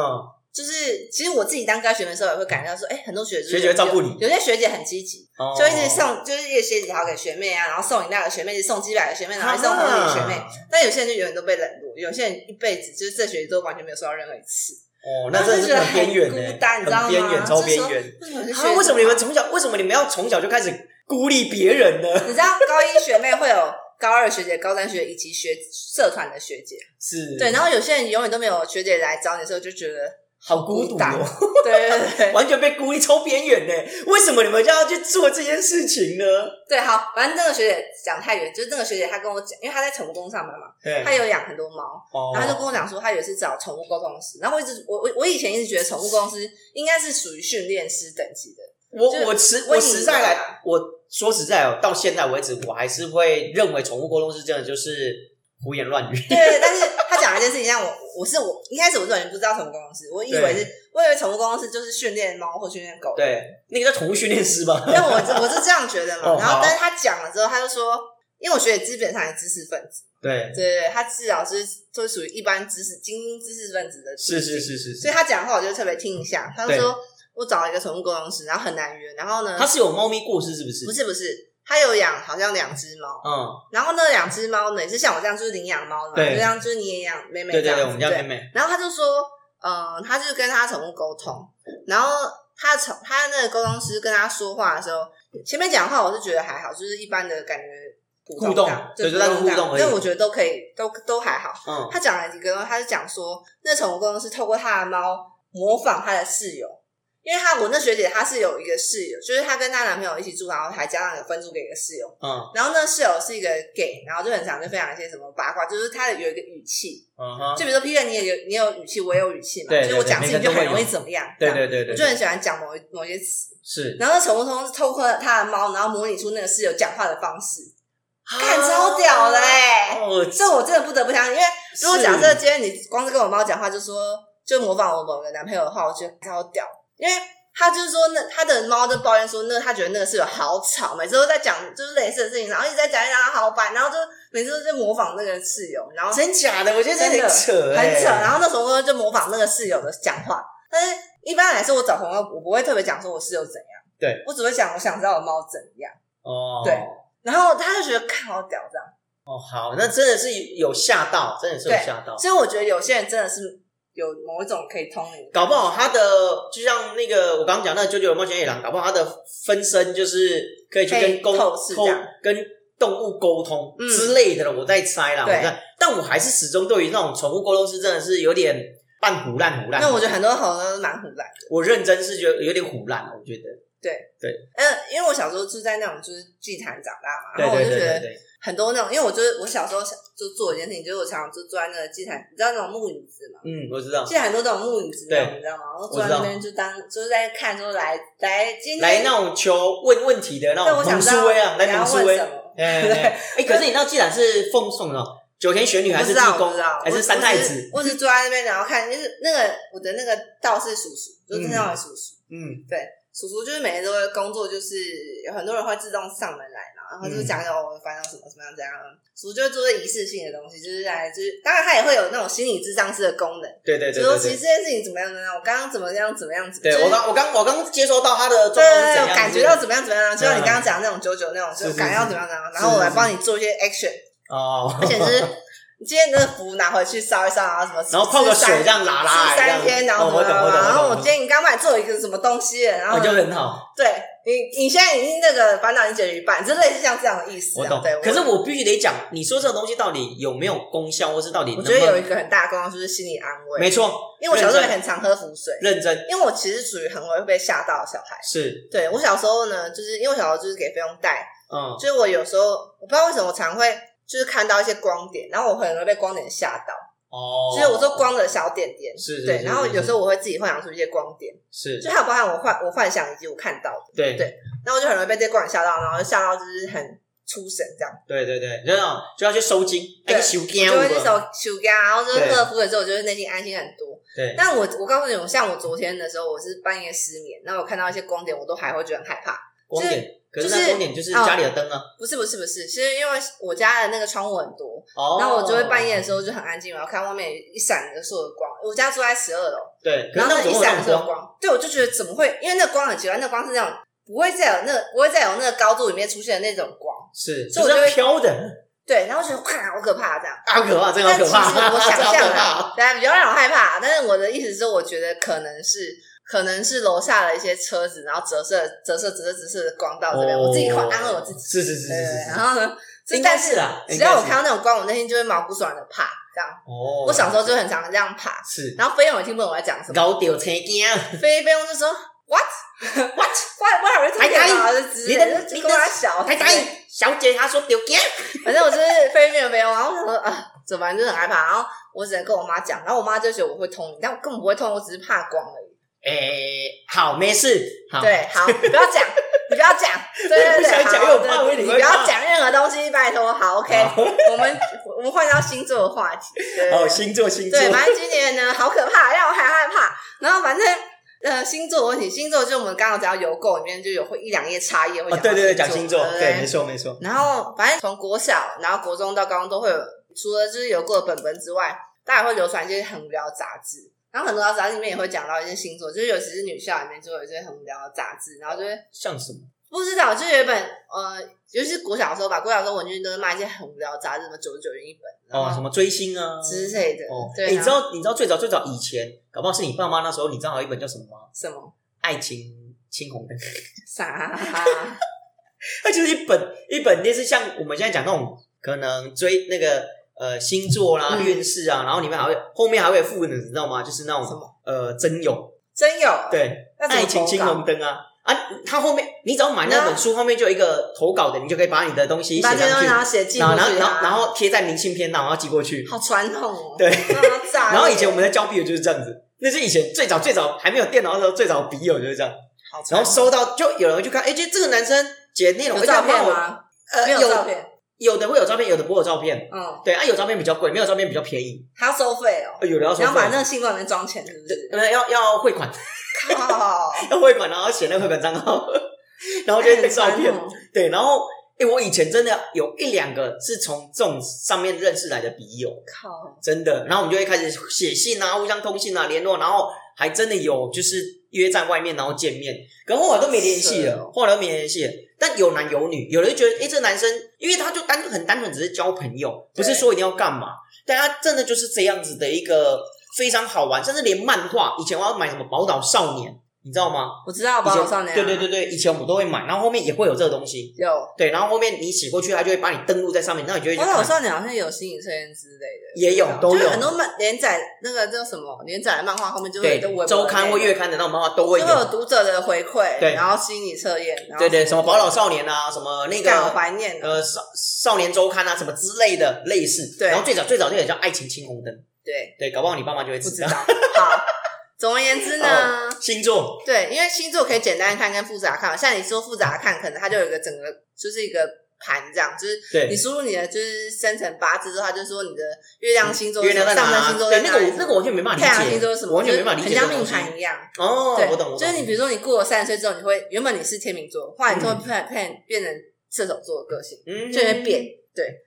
就是其实我自己当高一学妹的时候也会感觉到说，哎、很多学姐就是
学姐会照顾你
有有些学姐很积极，
哦
就一直送，就是一直写纸条给学妹啊，然后送饮料给学妹，送鸡百给学妹，然后还送红饼给学妹
啊。
但有些人就永远都被冷落，有些人一辈子就是这学期都完全没有收到任何一次，
哦，那真的是很边缘
然后就觉得
欸，
很孤单你知道吗
很边缘，超边缘。
为什么有些学姐
啊，为什么你们从小为什么你们要从小就开始孤立别人呢？
你知道高一学妹会有高二学姐、高三学姐以及学社团的学姐，
是，
对，然后有些人永远都没有学姐来找你的时候，就觉得
好孤独
孤单
哦，
对对对对
*laughs* 完全被孤立，超边缘呢。为什么你们就要去做这件事情呢？
对，好，反正那个学姐讲太远，就是那个学姐她跟我讲，因为她在宠物工上班嘛，
对
她有养很多猫，
哦
然后她就跟我讲说，她有一次找宠物沟通师，然后我一直我我我以前一直觉得宠物沟通师应该是属于训练师等级的，就
我我实
我
我
以为
实在来
啊，
我说实在哦，到现在为止，我还是会认为宠物沟通是真的就是胡言乱语。
对对，但是她讲了一件事情让我我是我一开始我是完全不知道宠物沟通师，我以为是我以为宠物沟通师就是训练猫或训练狗的，
对，那个叫宠物训练师吧？
但我是我是这样觉得嘛，
哦
然后
好
但是她讲了之后，她就说。因为我学姐基本上也知识分子，
*laughs* 对，
对对，对，他至少是就属于一般知识精英知识分子的，
是是，是是
所
是
以。他讲话我就特别听一下。他就
对
说我找了一个宠物沟通师，然后很难约，然后呢
他，是有猫咪过世是不是？
不是不是，他有养好像两只猫，
嗯，
然后那两只猫呢，也是像我这样就是领养猫的嘛，
对
就像就是你也养妹妹
对
这
对
样
对，
子
我们家妹妹，
然后他就说，嗯，他就跟他宠物沟通，然后他宠他那个沟通师跟他说话的时候，前面讲话我是觉得还好，就是一般的感觉
互动
这样
对
就
就在
互
互动而已
但我觉得都可以，都都还好。
嗯，
他讲了几个东西，他就讲说，那宠物沟通师透过他的猫模仿他的室友。因为他我那学姐她是有一个室友，就是她跟她男朋友一起住，然后还加上有分租给一个室友，
嗯，
然后那室友是一个 gay，然后就很常就分享一些什么八卦，就是他有一个语气，
嗯哼，
就比如说 Peter，你也有你也有语气，我也有语气嘛，
对对
就是我讲事情就很容易怎么样。
对
这样
对对对，
我就很喜欢讲某一某些词，
是，
然后那宠物通是透过他的猫，然后模拟出那个室友讲话的方式，看
看
超屌的哎、欸！
哦，
这我真的不得不相信，因为如果
是
假设今天你光是跟我猫讲话，就说就模仿我某个男朋友的话，我觉得超屌，因为他就是说那他的猫就抱怨说，那他觉得那个室友好吵，每次都在讲就是类似的事情，然后一直在讲一讲他好烦，然后就每次都在模仿那个室友，然后
哦真假的，我觉得这
真的
很扯欸，
很扯。然后那时候就模仿那个室友的讲话，但是一般来说，我找朋友我不会特别讲说我室友怎样，
对
我只会讲我想知道我猫怎样。
哦，
对然后他就觉得看好屌这样，
哦，好，那真的是有吓到，真的是有
对
吓到。
所以我觉得有些人真的是有某一种可以通灵，
搞不好他的就像那个我刚刚讲那个九九的冒险野狼，搞不好他的分身就是可以去
可
跟
以
沟
透视
沟
这样
跟动物沟通
嗯
之类的了，我在猜啦。我
对
在，但我还是始终对于那种宠物沟通师真的是有点半胡烂胡烂。
那我觉得很多好像都蛮胡来。
我认真是觉得有点胡烂，我觉得
嗯，因为我小时候就在那种就是祭坛长大嘛，
对
然后我
对
就
对
觉
对
得
对，
很多那种，因为我就是我小时候想就做一件事情，就是我常常就坐在那个祭坛，你知道那种木椅子嘛，
嗯，我知道。
现在很多这种木椅子那种，
对
你知道吗？然后
知
坐
道
在那边就当就是在看，说来来今天
来那种求问问题的那
对，我
种
想
蒙
知道
苏威啊，
你
来
要
蒙苏
问
威
什。么？
哎，哎哎可是你那既然是奉送的哦，九天玄女还
不
是
知
济
道，我
公
不知道，
还
我
是
只
三太子？
我只坐在那边，然后看，就是那个我的那个道士叔叔，就是那种叔叔，
嗯，
叔叔就是每天都会工作，就是有很多人会自动上门来嘛，然后
嗯
就讲讲我们烦恼什么什么样怎样，啊叔叔就会做仪式性的东西，就是来就是，当然他也会有那种心理智障式的功能，
对对
就
对
是说
对
其
对
实。这件事情怎么样怎么样，我刚刚怎么样怎么样，
对
就是
我刚我刚我刚接收到他的
对
状况
对
是怎
对，
样，
我感觉
是
到怎么样怎么样，就像你
嗯
刚刚讲的那种九九那种，
是
就是感觉到怎
是
么样怎么样，然
是
后我
是
来
是
帮你做一些 action，
哦，
而且
*laughs*
就是你今天那个符拿回去烧一烧啊，什么吃
然后泡个水
三
这样拉拉，
吃三天，然后
哦
什
我
么
懂我懂，
然后我
懂哦
今天你刚买做一个什么东西了，然后
我就很好，
对你你现在已经那个烦恼已经解决一半，就类似像这样的意思
我
啊
懂。。
对，
可是我必须得讲，你说这个东西到底有没有功效，或是到底
我
能不
觉得有
能？
一个很大的功能就是心理安慰，
没错，
因为我小时候也
认
很常喝符水。
认真
因为我其实属于很容易被吓到的小孩，
是，
对我小时候呢，就是因为我小时候就是给费用带，
嗯
就是我有时候我不知道为什么我常会就是看到一些光点，然后我很容易被光点吓到，
哦，
就是我说光的小点点，
是是
对，
是
然后
是
有时候我会自己幻想出一些光点，
是
就还有包含我幻我幻想以及我看到的，
对
对然后我就很容易被这些光点吓到，然后就吓到就是很出神这样，
对对对，就那种就要去收金，哎，
对
去收金
就
有没
会
有
去手手干，然后就是
对
喝了的时候，我就会内心安心很多。
对，
但我我告诉你，我像我昨天的时候，我是半夜失眠，那我看到一些光点，我都还会觉得很害怕。
光点，可是
就
那
是哦
光点就是家里的灯啊，
不是不是不是，是因为我家的那个窗户很多，
哦，
然后我就会半夜的时候就很安静，然后看外面一闪着所有的光。我家住在十二楼，
对，可
然后
是那
那
种
一
有那
闪
种
所有
光，
光，对我就觉得怎么会？因为那个光很奇怪，那个光是那种不会再有那个不会再有那个高度里面出现的那种光，
是，
所以我
就是
就
要
会
飘的，
对，然后我觉得哇，好可怕这样。
啊，可怕，真的
但
好
其
可
实
怕，
我
真
想
的 *laughs* 好
象
可怕
啊，对，比较让我害怕。但是我的意思是，我觉得可能是可能是楼下的一些车子，然后折射折射折射折射的光到这边，我自己狂安慰我自己。
是是哦是
对对
是
对
是，
然后呢，
应该
但
是啦，
只要我
应
看
该是啊
到那种光，我内心就会毛骨悚然的怕。这样，
哦，
我小时候就很常这样怕。
是
然后飞勇也听不懂我在讲什么，
搞掉车惊，
飞飞勇就说 what *laughs* what what what 我就听不懂啊，就直
你
接
的
就
你
就
的
跟我小，
太太小姐她说丢
啊
惊，
反正我就是飞没有没有，然后我想说啊，怎么办就是很害怕，然后我只能跟我妈讲，然后我妈就觉得我会通灵，但我根本不会通，我只是怕光而已。
诶，好，没事，好，
对，好，不要
*laughs*
讲，你不要讲，对
我也
对
不
对，
想讲因为我怕
好，
会
对
你
你
会
不
怕
要讲任何东西，拜托，好，OK，
好
我们我们换到星座的话题，对
*laughs* 哦，星座星座，
对，反正今年呢，好可怕，让我很害怕。然后反正呃，星座的问题，星座就我们刚刚讲到邮购里面就有会一两页插页会
哦
讲、
对对对，讲星座，
对，
对，没错没错，
然后反正从国小，然后国中到高中都会有，除了就是有过的本本之外，大家会流传一些很无聊的杂志。然后很多杂志里面也会讲到一些星座，就是尤其是女校里面就有一些很无聊的杂志，然后就会
像什么？
不知道，就有一本呃，尤其是国小的时候吧，国小的时候文具都是卖一些很无聊的杂志，什么九十九元一本，然
哦，
后
什么追星啊，
之类的。
哦，
对、啊
欸你知道你知道最早最早以前，搞不好是你爸妈那时候，你知道有一本叫什么吗？
什么
爱情青红灯，
啥？
它就是一本一本类似像我们现在讲那种可能追那个呃星座啦、
嗯
运势啊，然后里面还会后面还会附，你知道吗？就是那
什
种
么？
呃真有
真有？，
对
那怎么
爱情
投
青
稿
红灯啊啊，它后面你只要买那本书，后面就有一个投稿的，你就可以把你的东西
你
写
把
上
这些东西然
去，然
后写进去、
后
啊，
然后然后然后贴在明信片上，然后寄过去。
好传统哦，
对
真的好炸耶，
然后以前我们在交笔友就是这样子，那是以前最早最早还没有电脑的时候，最早笔友就是这样。
好传统
然后收到就有人就看，哎，这这个男生截内容，
有照片
诶
吗？
这
没
样
有
哎帮我
照
呃，有
片，
有的会有照片，有的不会有照片。
嗯，
对啊，有照片比较贵，没有照片比较便宜。
还要收费哦，
呃有的要收
你要
费，
把那个信封里面装钱，是
*laughs*
不是？
呃要要汇款， *laughs*
靠，
要汇款，然后写那个汇款账号， *laughs* 然后就会被照
哎很哦
骗
传。统
对，然后哎，诶我以前真的有一两个是从这种上面认识来的笔友，
靠，
真的。然后我们就会开始写信啊，互相通信啊，联络，然后还真的有就是约在外面然后见面，可后来都没联系
是
了
哦，
后来都没联系了。但有男有女，有人就觉得，诶，这男生，因为他就单很单纯，只是交朋友，不是
对
说一定要干嘛。但他真的就是这样子的一个非常好玩，甚至连漫画，以前我要买什么《宝岛少年》，你知道吗？
我知道，
以
宝
前
岛少年，啊
对对对，对，以前我们都会买，然后后面也会有这个东西，
有
对，然后后面你写过去，他就会把你登录在上面，那你就会去
宝岛
看，
少年好像有心理测验之类的，啊
也有都
就是
有
很多漫连载那个叫什么连载的漫画后面就会
对
有一个微博，
周刊或月刊的那种漫画都会
就
有
会，有读者的回馈，
对
然后心理测验，然后
对对，什么宝岛少年啊，什么那
感
个
怀念的，
呃少少年周刊啊，什么之类的类似。
对
然后最早最早就有叫爱情青红灯，
对，
对，搞不好你爸妈就会
不
知
知道。
道。哦
好，总而言之呢。
*laughs* 星座，
对，因为星座可以简单看跟复杂看嘛，像你说复杂看，可能它就有一个整个就是一个盘这样，就是你
对，
输入你的就是生辰八字之后，它就说你的月亮星座是
嗯
什
月
么、
亮在
上
哪？
升星座在哪
对，那
里
个我
什么
那个完全没办
太
法
阳
理
星座
解，
是什么，
我完全没办法理解
就是
这
很像
个东
命
西。
盘一样。
哦，
对，
我懂，我懂。
就是你比如说你过了三十岁之后，你会原本你是天秤座，后来你就会变变变成射手座的个性，
嗯
就会变，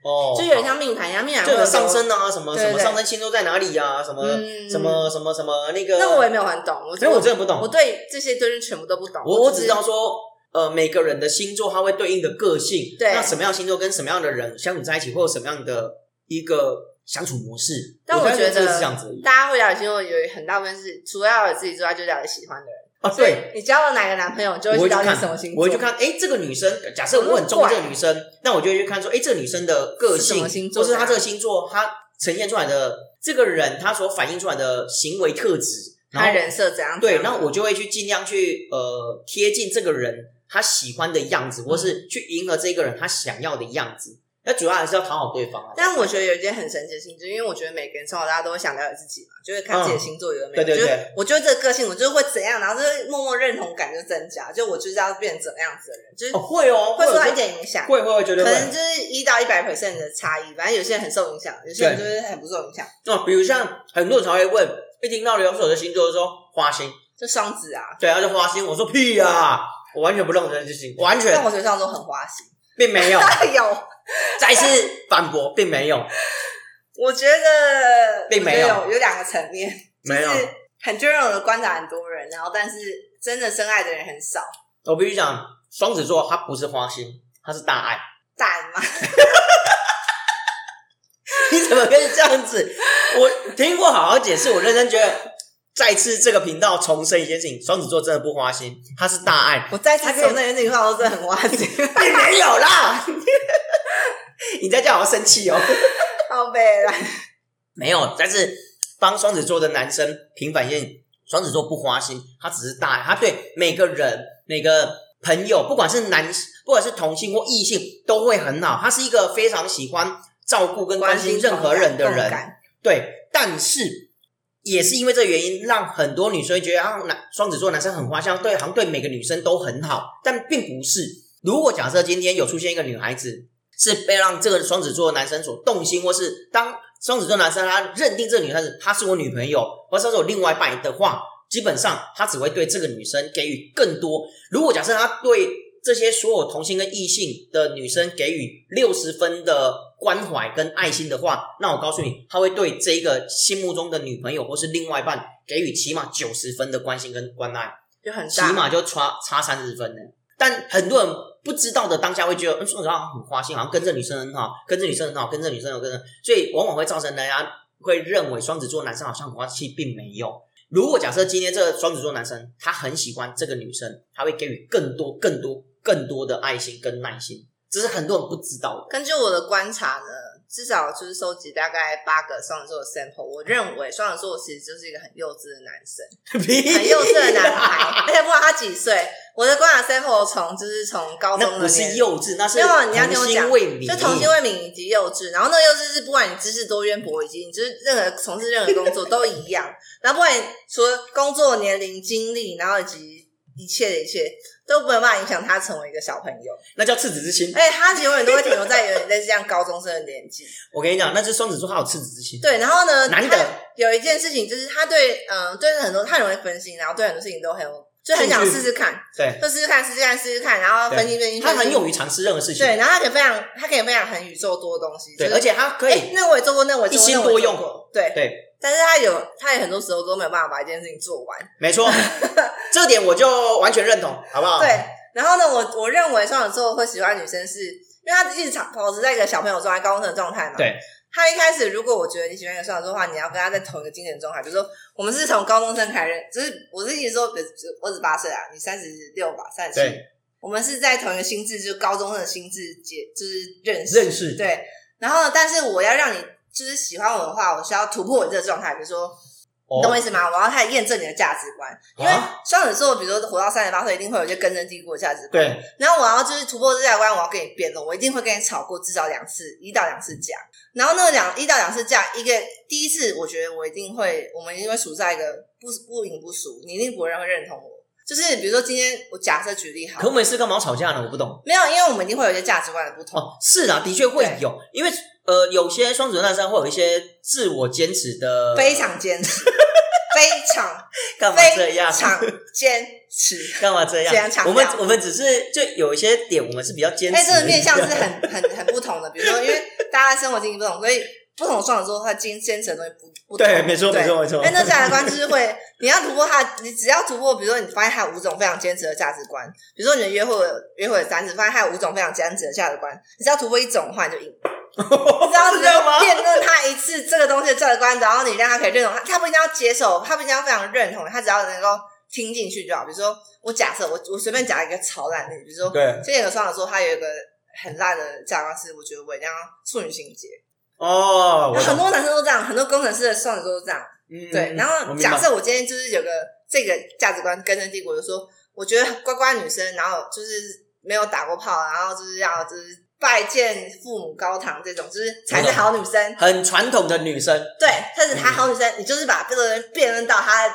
哦，
就有点像命盘一样，命盘
就
会
有
有
上。升啊，什么
对对
什么上升星座在哪里啊，什么
嗯
什么什么什么那个。
那我也没有很懂，我
因为我真的不懂
我，对这些就是全部都不懂，
我我
就
只
是
知道说，呃，每个人的星座它会对应的个性，
对
那什么样的星座跟什么样的人相处在一起，会有什么样的一个相处模式。
但我
我大概
觉得
真的是这样子而已
大家会了解星座有很大部分是除了要有自己之外，就了解喜欢的人。
啊，对，，
你交了哪个男朋友，就
我
会
会
去
去
了解
看
什么星座，
我会去看，哎，这个女生，假设我很重这个女生，那我就会去看说，哎，这个女生的个
是什
性，
么星座
或是她这个星座，她呈现出来的这个人，她所反映出来的行为特质，然
他
后
人设怎啊样。
对，
怎
那
样
我就会去尽量去呃贴近这个人他喜欢的样子，或
嗯
是去迎合这个人他想要的样子。那主要还是要讨好对方啊。
但我觉得有一件很神奇的星座，因为我觉得每个人从小到大都会想了解自己嘛，就会看自己的星座有没有。
嗯对对
就是
对
我觉得这个个性，我就是会怎样，然后就是默默认同感就增加，就我就是要变成怎样子的人，就是
哦会哦，
会受
有
到
时
一
候
点影响。
会会会绝对
可
会
能就是一到一百 percent 的差异，反正有些人很受影响，有些人就是很不受影响，
哦。比如像很多人才会问，一听到有手的星座就说花心，
就双子啊。
对，他就花心。我说屁呀、我完全不认同这件事情，完
但
全
我觉得双子座很花心， *laughs* 哎
并没有。
有
再次反驳，并没有，
我觉得
并没有
我觉得有有两个层面，
没
*laughs*
有
就。是很 general 的观察很多人，然后但是真的深爱的人很少，
我必须讲，双子座他不是花心，他是大爱。
大嘛，
*laughs* 你怎么可以这样子？我听过好好解释，我认真觉得。再次这个频道重申一件事情：双子座真的不花心，他是大爱，
我再次重申这句话，我真的很挖心，
并没有啦。 *laughs* 你再叫我生气哦，
好悲啦。
没有。但是帮双子座的男生平反一件，双子座不花心，他只是大爱，他对每个人、每个朋友，不管是男，不管是同性或异性，都会很好。他是一个非常喜欢照顾跟关心任何人的
共
人。
感
对，但是也是因为这个原因，让很多女生会觉得啊，男双子座男生很花香，对，好像对每个女生都很好，但并不是。如果假设今天有出现一个女孩子是被让这个双子座的男生所动心，或是当双子座男生他认定这个女孩子她是我女朋友，或者是我另外一半的话，基本上他只会对这个女生给予更多。如果假设他对这些所有同性跟异性的女生给予六十分的关怀跟爱心的话，那我告诉你，他会对这一个心目中的女朋友或是另外一半给予起码九十分的关心跟关爱，
就很
起
大，
码就差差三十分呢。但很多人不知道的当下会觉得，嗯，说实话很花心，好像跟这女生很好，跟这女生很好，跟这女生有跟着，所以往往会造成大家会认为双子座男生好像很花心，并没有。如果假设今天这个双子座男生他很喜欢这个女生，他会给予更多、更多、更多的爱心跟耐心，这是很多人不知道的。
根据我的观察呢，至少就是收集大概八个双子座的 sample，我认为双子座其实就是一个很幼稚的男生，
*laughs*
很
很
幼稚
*laughs*
的男孩，而且不管他几岁，我的观察 sample 从就是从高中
那
的
不
年
是幼稚，那是
没有你要听我
童心
讲
未泯，
就童心未泯以及幼稚，然后那个幼稚是不管你知识多渊博，以及你就是任何从事任何工作都一样，然后不管你除了工作年龄、经历，然后以及一切的一切，都没有办法影响他成为一个小朋友，
那叫赤子之心。
而且他永远都会停留在有点类似像高中生的年纪。
我跟你讲，那是双子座，他有赤子之心。
对，然后呢，
难
他
得
有一件事情就是他对嗯、呃对很多他很容易分心，然后对很多事情都很有就很想
兴趣
试试看，
对，
就试试看，试试看，试试看，然后分析分析，
他
分
很
析
勇于尝试任何事情。
对，然后他可以分享，他可以分享很宇宙多的东西，
对，
就是
而且他可
哎、
以
那我也做过，那我也做过
一心
那我也做
多
过，对。
对，
但是他有，他也很多时候都没有办法把一件事情做完。
没
*laughs*
错，这点我就完全认同，好不好？
对，，然后呢，我我认为双子座会喜欢女生是，因为他一直常保持在一个小朋友状态、高中生的状态嘛。
对。
他一开始，如果我觉得你喜欢一个双子座的话，你要跟他在同一个精神状态，比如说我们是从高中生开始认，就是我是一直说，比如我二十八岁啊，你三十六吧，三十七
对，
我们是在同一个心智，就是高中生的心智结，就是认识
认识，
对，然后呢但是我要让你就是喜欢我的话，我需要突破你这个状态，比如说，你懂我
哦，
意思吗？我要开始验证你的价值观，因为
啊
双子座，比如说活到三十八岁，一定会有一些根深蒂固的价值观。
对，
然后我要就是突破这价值观，我要跟你辩论，我一定会跟你吵过至少两次，一到两次架。然后那两一到两次架，一个第一次，我觉得我一定会，我们一定会处在一个不不赢不输，你一定不会认为认同我。就是比如说今天我假设举例好
可，我每次干嘛吵架呢？我不懂。
没有，因为我们一定会有一些价值观的不同。
*laughs* 哦，是啊，的确会有，因为呃，有些双子座男生会有一些自我坚持的，
非常
*laughs*
坚持，非常
干嘛这
非
样？
常坚持。
干嘛这
非常
样
强？调
我们我们只是就有一些点，我们是比较坚持。
但这个面向是很很很不同的，比如说，因为大家生活经历不同，所以不同的双子座他坚坚持的东西不不同。
对，没错，
对
没错，没错
但。那价值观就是会，你要突破他，你只要突破，比如说你发现他有五种非常坚持的价值观，比如说你的约会约会三次，发现他有五种非常坚持的价值观，你只要突破一种的话，你就赢。
*laughs*
你知道
是这样吗
你辩论他一次这个东西的价值观，然后你让他可以认同他，他不一定要接受，他不一定要非常认同，他只要能够听进去就好。比如说，我假设我我随便讲一个超烂的例子，比如说，
对，
之前有双子座，他有一个很烂的价值观是，我觉得我一定要处女情节。
哦，我
很
懂。
多男生都这样，很多工程师的双子座都这样。
嗯
对，然
我
后
明白
假设我今天就是有个这个价值观根深蒂固，就说我觉得乖乖女生，然后就是没有打过炮，然后就是要就是拜见父母高堂这种，就是才是好女生。
很传统的女生，
对，但是
嗯
她好女生，你就是把这个人辩论到她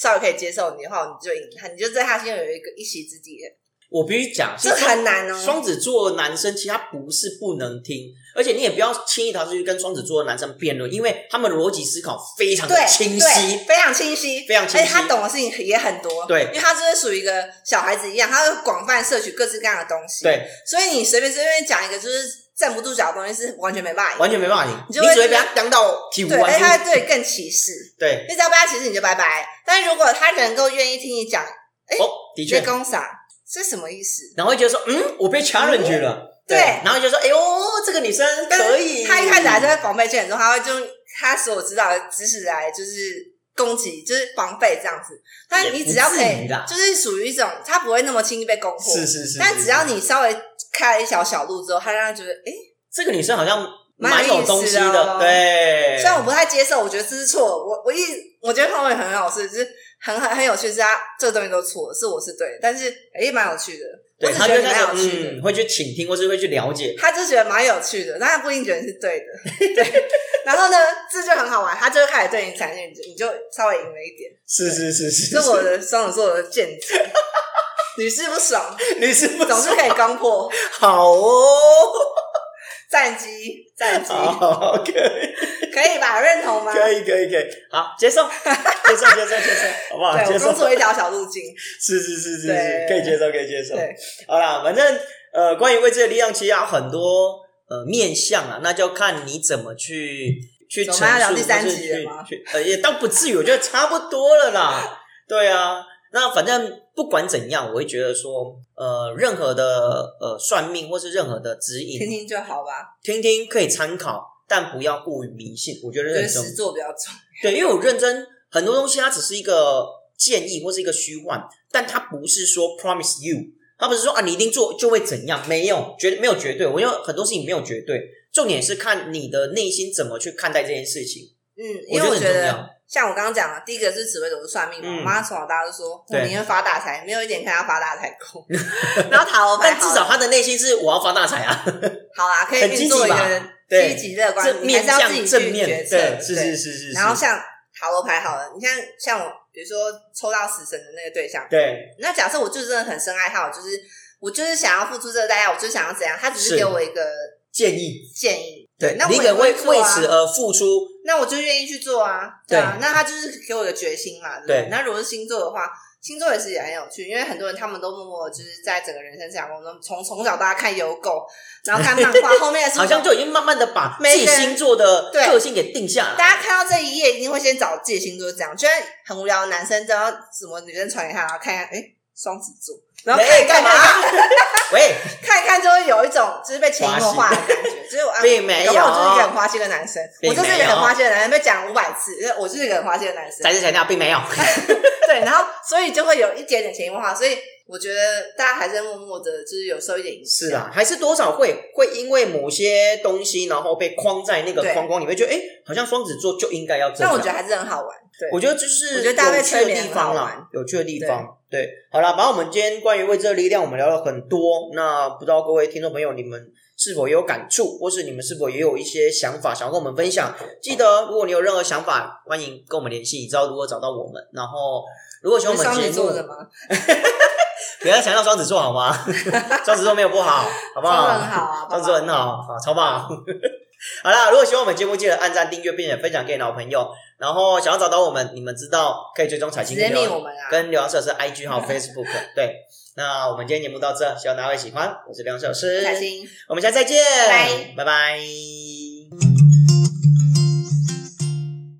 稍微可以接受你的话，你就赢她，你就在她心中有一个一席之地了，
我必须讲，
这很难哦。
双子座男生其实他不是不能听，而且你也不要轻易逃出去跟双子座的男生辩论，因为他们的逻辑思考非常的
对，
清
对
晰。
非常清晰，
非常清晰
而且他懂的事情也很多，
对
因为他就是属于一个小孩子一样，他会广泛摄取各式各样的东西，，
对，
所以你随便随便讲一个就是站不住脚的东西是完全没办法赢，
完全没办法赢，
你
你
就会
只会被他当到体无
对，而且他
完肤。
会对你更歧视，
对，
你只要被他歧视你就拜拜，但是如果他能够愿意听你讲，
哦，的
你
确，
公傻是什么意思？
然后就说，嗯，我被 challenge 了，
对
然后就说，哎呦，这个女生可以。
他一开始还是会防备心很重，他会就他所有知道的知识来就是攻击，就是防备这样子。但你只要可
也不至
以
于啦，
就是属于一种他不会那么轻易被攻破。
是是是，
但
是
只要你稍微开了一条小路之后，他让他觉得，诶，
这个女生好像
蛮
蛮
有
有
意思
东西
的哦
的，对。
虽然我不太接受，我觉得这是错的。我我一我觉得方伟很好吃，就是很很很有趣，是他这个东西都错了，是我是对的，但是诶，蛮有趣的。我
对，
只
他
觉
就
得
会
蛮有
开
趣
始
的。
嗯，会去倾听，或是会去了解，
他就觉得蛮有趣的，但他不一定觉得你是
*laughs*
对的。对，然后呢，这就很好玩，他就会开始对你产生，你就你就稍微赢了一点。
是是是是 *laughs*
这是我的双子座的见解，屡试不爽，
女生不
总是可以攻破，
好哦，
战绩战绩，
好可以。
可以吧？认同吗？
可以可以可以，好，接受，接受，接受，接受，好不好？
对
接
我
受
工，作一条小路径，
是是是是
对
是，可以接受，可以接受。 *laughs*
对，
好啦，反正呃，关于未知的力量，其实有很多呃面向啊，那就要看你怎么去去
怎
陈
么要聊
述，
第三
或是
集了
去
吗 *laughs*
去呃，也倒不至于，我觉得差不多了啦。对啊，那反正不管怎样，我会觉得说，呃，任何的呃算命或是任何的指引，
听听就好吧。
听听可以参考，但不要过于迷信。我觉得
我觉
认
得
真
实做比较重要。
对，因为我认真很多东西，它只是一个建议或是一个虚幻，但它不是说 promise you，它不是说啊你一定做就会怎样，没有绝没有绝对。我因为很多事情没有绝对，重点是看你的内心怎么去看待这件事情，
嗯，
我
因为我
很
觉
重
得
要。
像我刚刚讲的，第一个是紫微斗数算命嘛，
嗯
我妈从小到大都说我
对
宁愿发大财，没有一点看她发大财过。 *laughs* 然后塔罗牌
*laughs* 但
好，
至少他的内心是我要发大财啊，
好啦，可以
很积
运作
极
一
吧
个积
对，
极乐观，
正
你还
面
是要自己
向正
去
面，
决策
对，。是
对
是是是，
然后
是
像塔罗牌好了，你像像我，比如说抽到死神的那个对象，
对
那假设我就真的很深爱他，我就是我就是想要付出这个代价，我就想要怎样，他只是
是
给我一个
建议，
建议，
对，
那我
你
也
可能
会
为
做
为
啊
此而付出，
那我就愿意去做啊，
对
啊，那他就是给我一个决心嘛，对不
对
那如果是星座的话，星座也是也很有趣，因为很多人他们都默默地就是在整个人生成长过程中，从从小到大看邮购，然后看漫
*laughs*
画，后面的书
好像就已经慢慢的把自己
每个人
星座的
对
个性给定下来。
大家看到这一页，一定会先找自己的星座是这样，就然很无聊的男生，然后什么女生传给他，然后看一看，哎，双子座，然后看
哎
一看
干嘛？ *laughs* 喂，
看一看就会有一种就是被潜移默化的感觉，就是我啊
并没有
搞不好我就是一个很花心的男生，
并
我
没有
就是一个很花心的男生，被讲五百次，因为我就是一个很花心的男生
再，次强调，并没有。
对，然后所以就会有一点点潜移默化，所以我觉得大家还是默默的， *laughs* 就是啊有受一点影响，
是啊啦，还是多少会会因为某些东西，然后被框在那个
对
框框里面，觉得哎、诶好像双子座就应该要这
但我
样。
觉得还是很好玩，对，
啊我觉得就是
我觉得大家被
有趣的
催眠
地方
很好玩
啦，有趣的地方。对，好啦，反正我们今天关于未知的力量，我们聊了很多。那不知道各位听众朋友，你们是否也有感触，或是你们是否也有一些想法想要跟我们分享？记得，如果你有任何想法，欢迎跟我们联系，你知道如何找到我们。然后，如果喜欢
你
我
是双
们节
子
目
座，的吗？
不要强调双子座好吗？ *laughs* 双子座没有不好，好不
超
好？
很好啊，
当时很
好
好，啊，超棒！ *laughs* 好啦，如果喜欢我们节目，记得按赞、订阅，并且分享给你的好朋友。然后想要找到我们，你们知道可以追踪
吧，
彩
直
青
接
跟
命
刘
我们啊，
跟刘洋社是
*laughs*
IG 号 Facebook。对，那我们今天节目到这，希望大家会喜欢。我是刘洋社师，
开心。
我们下次再见，
拜
拜拜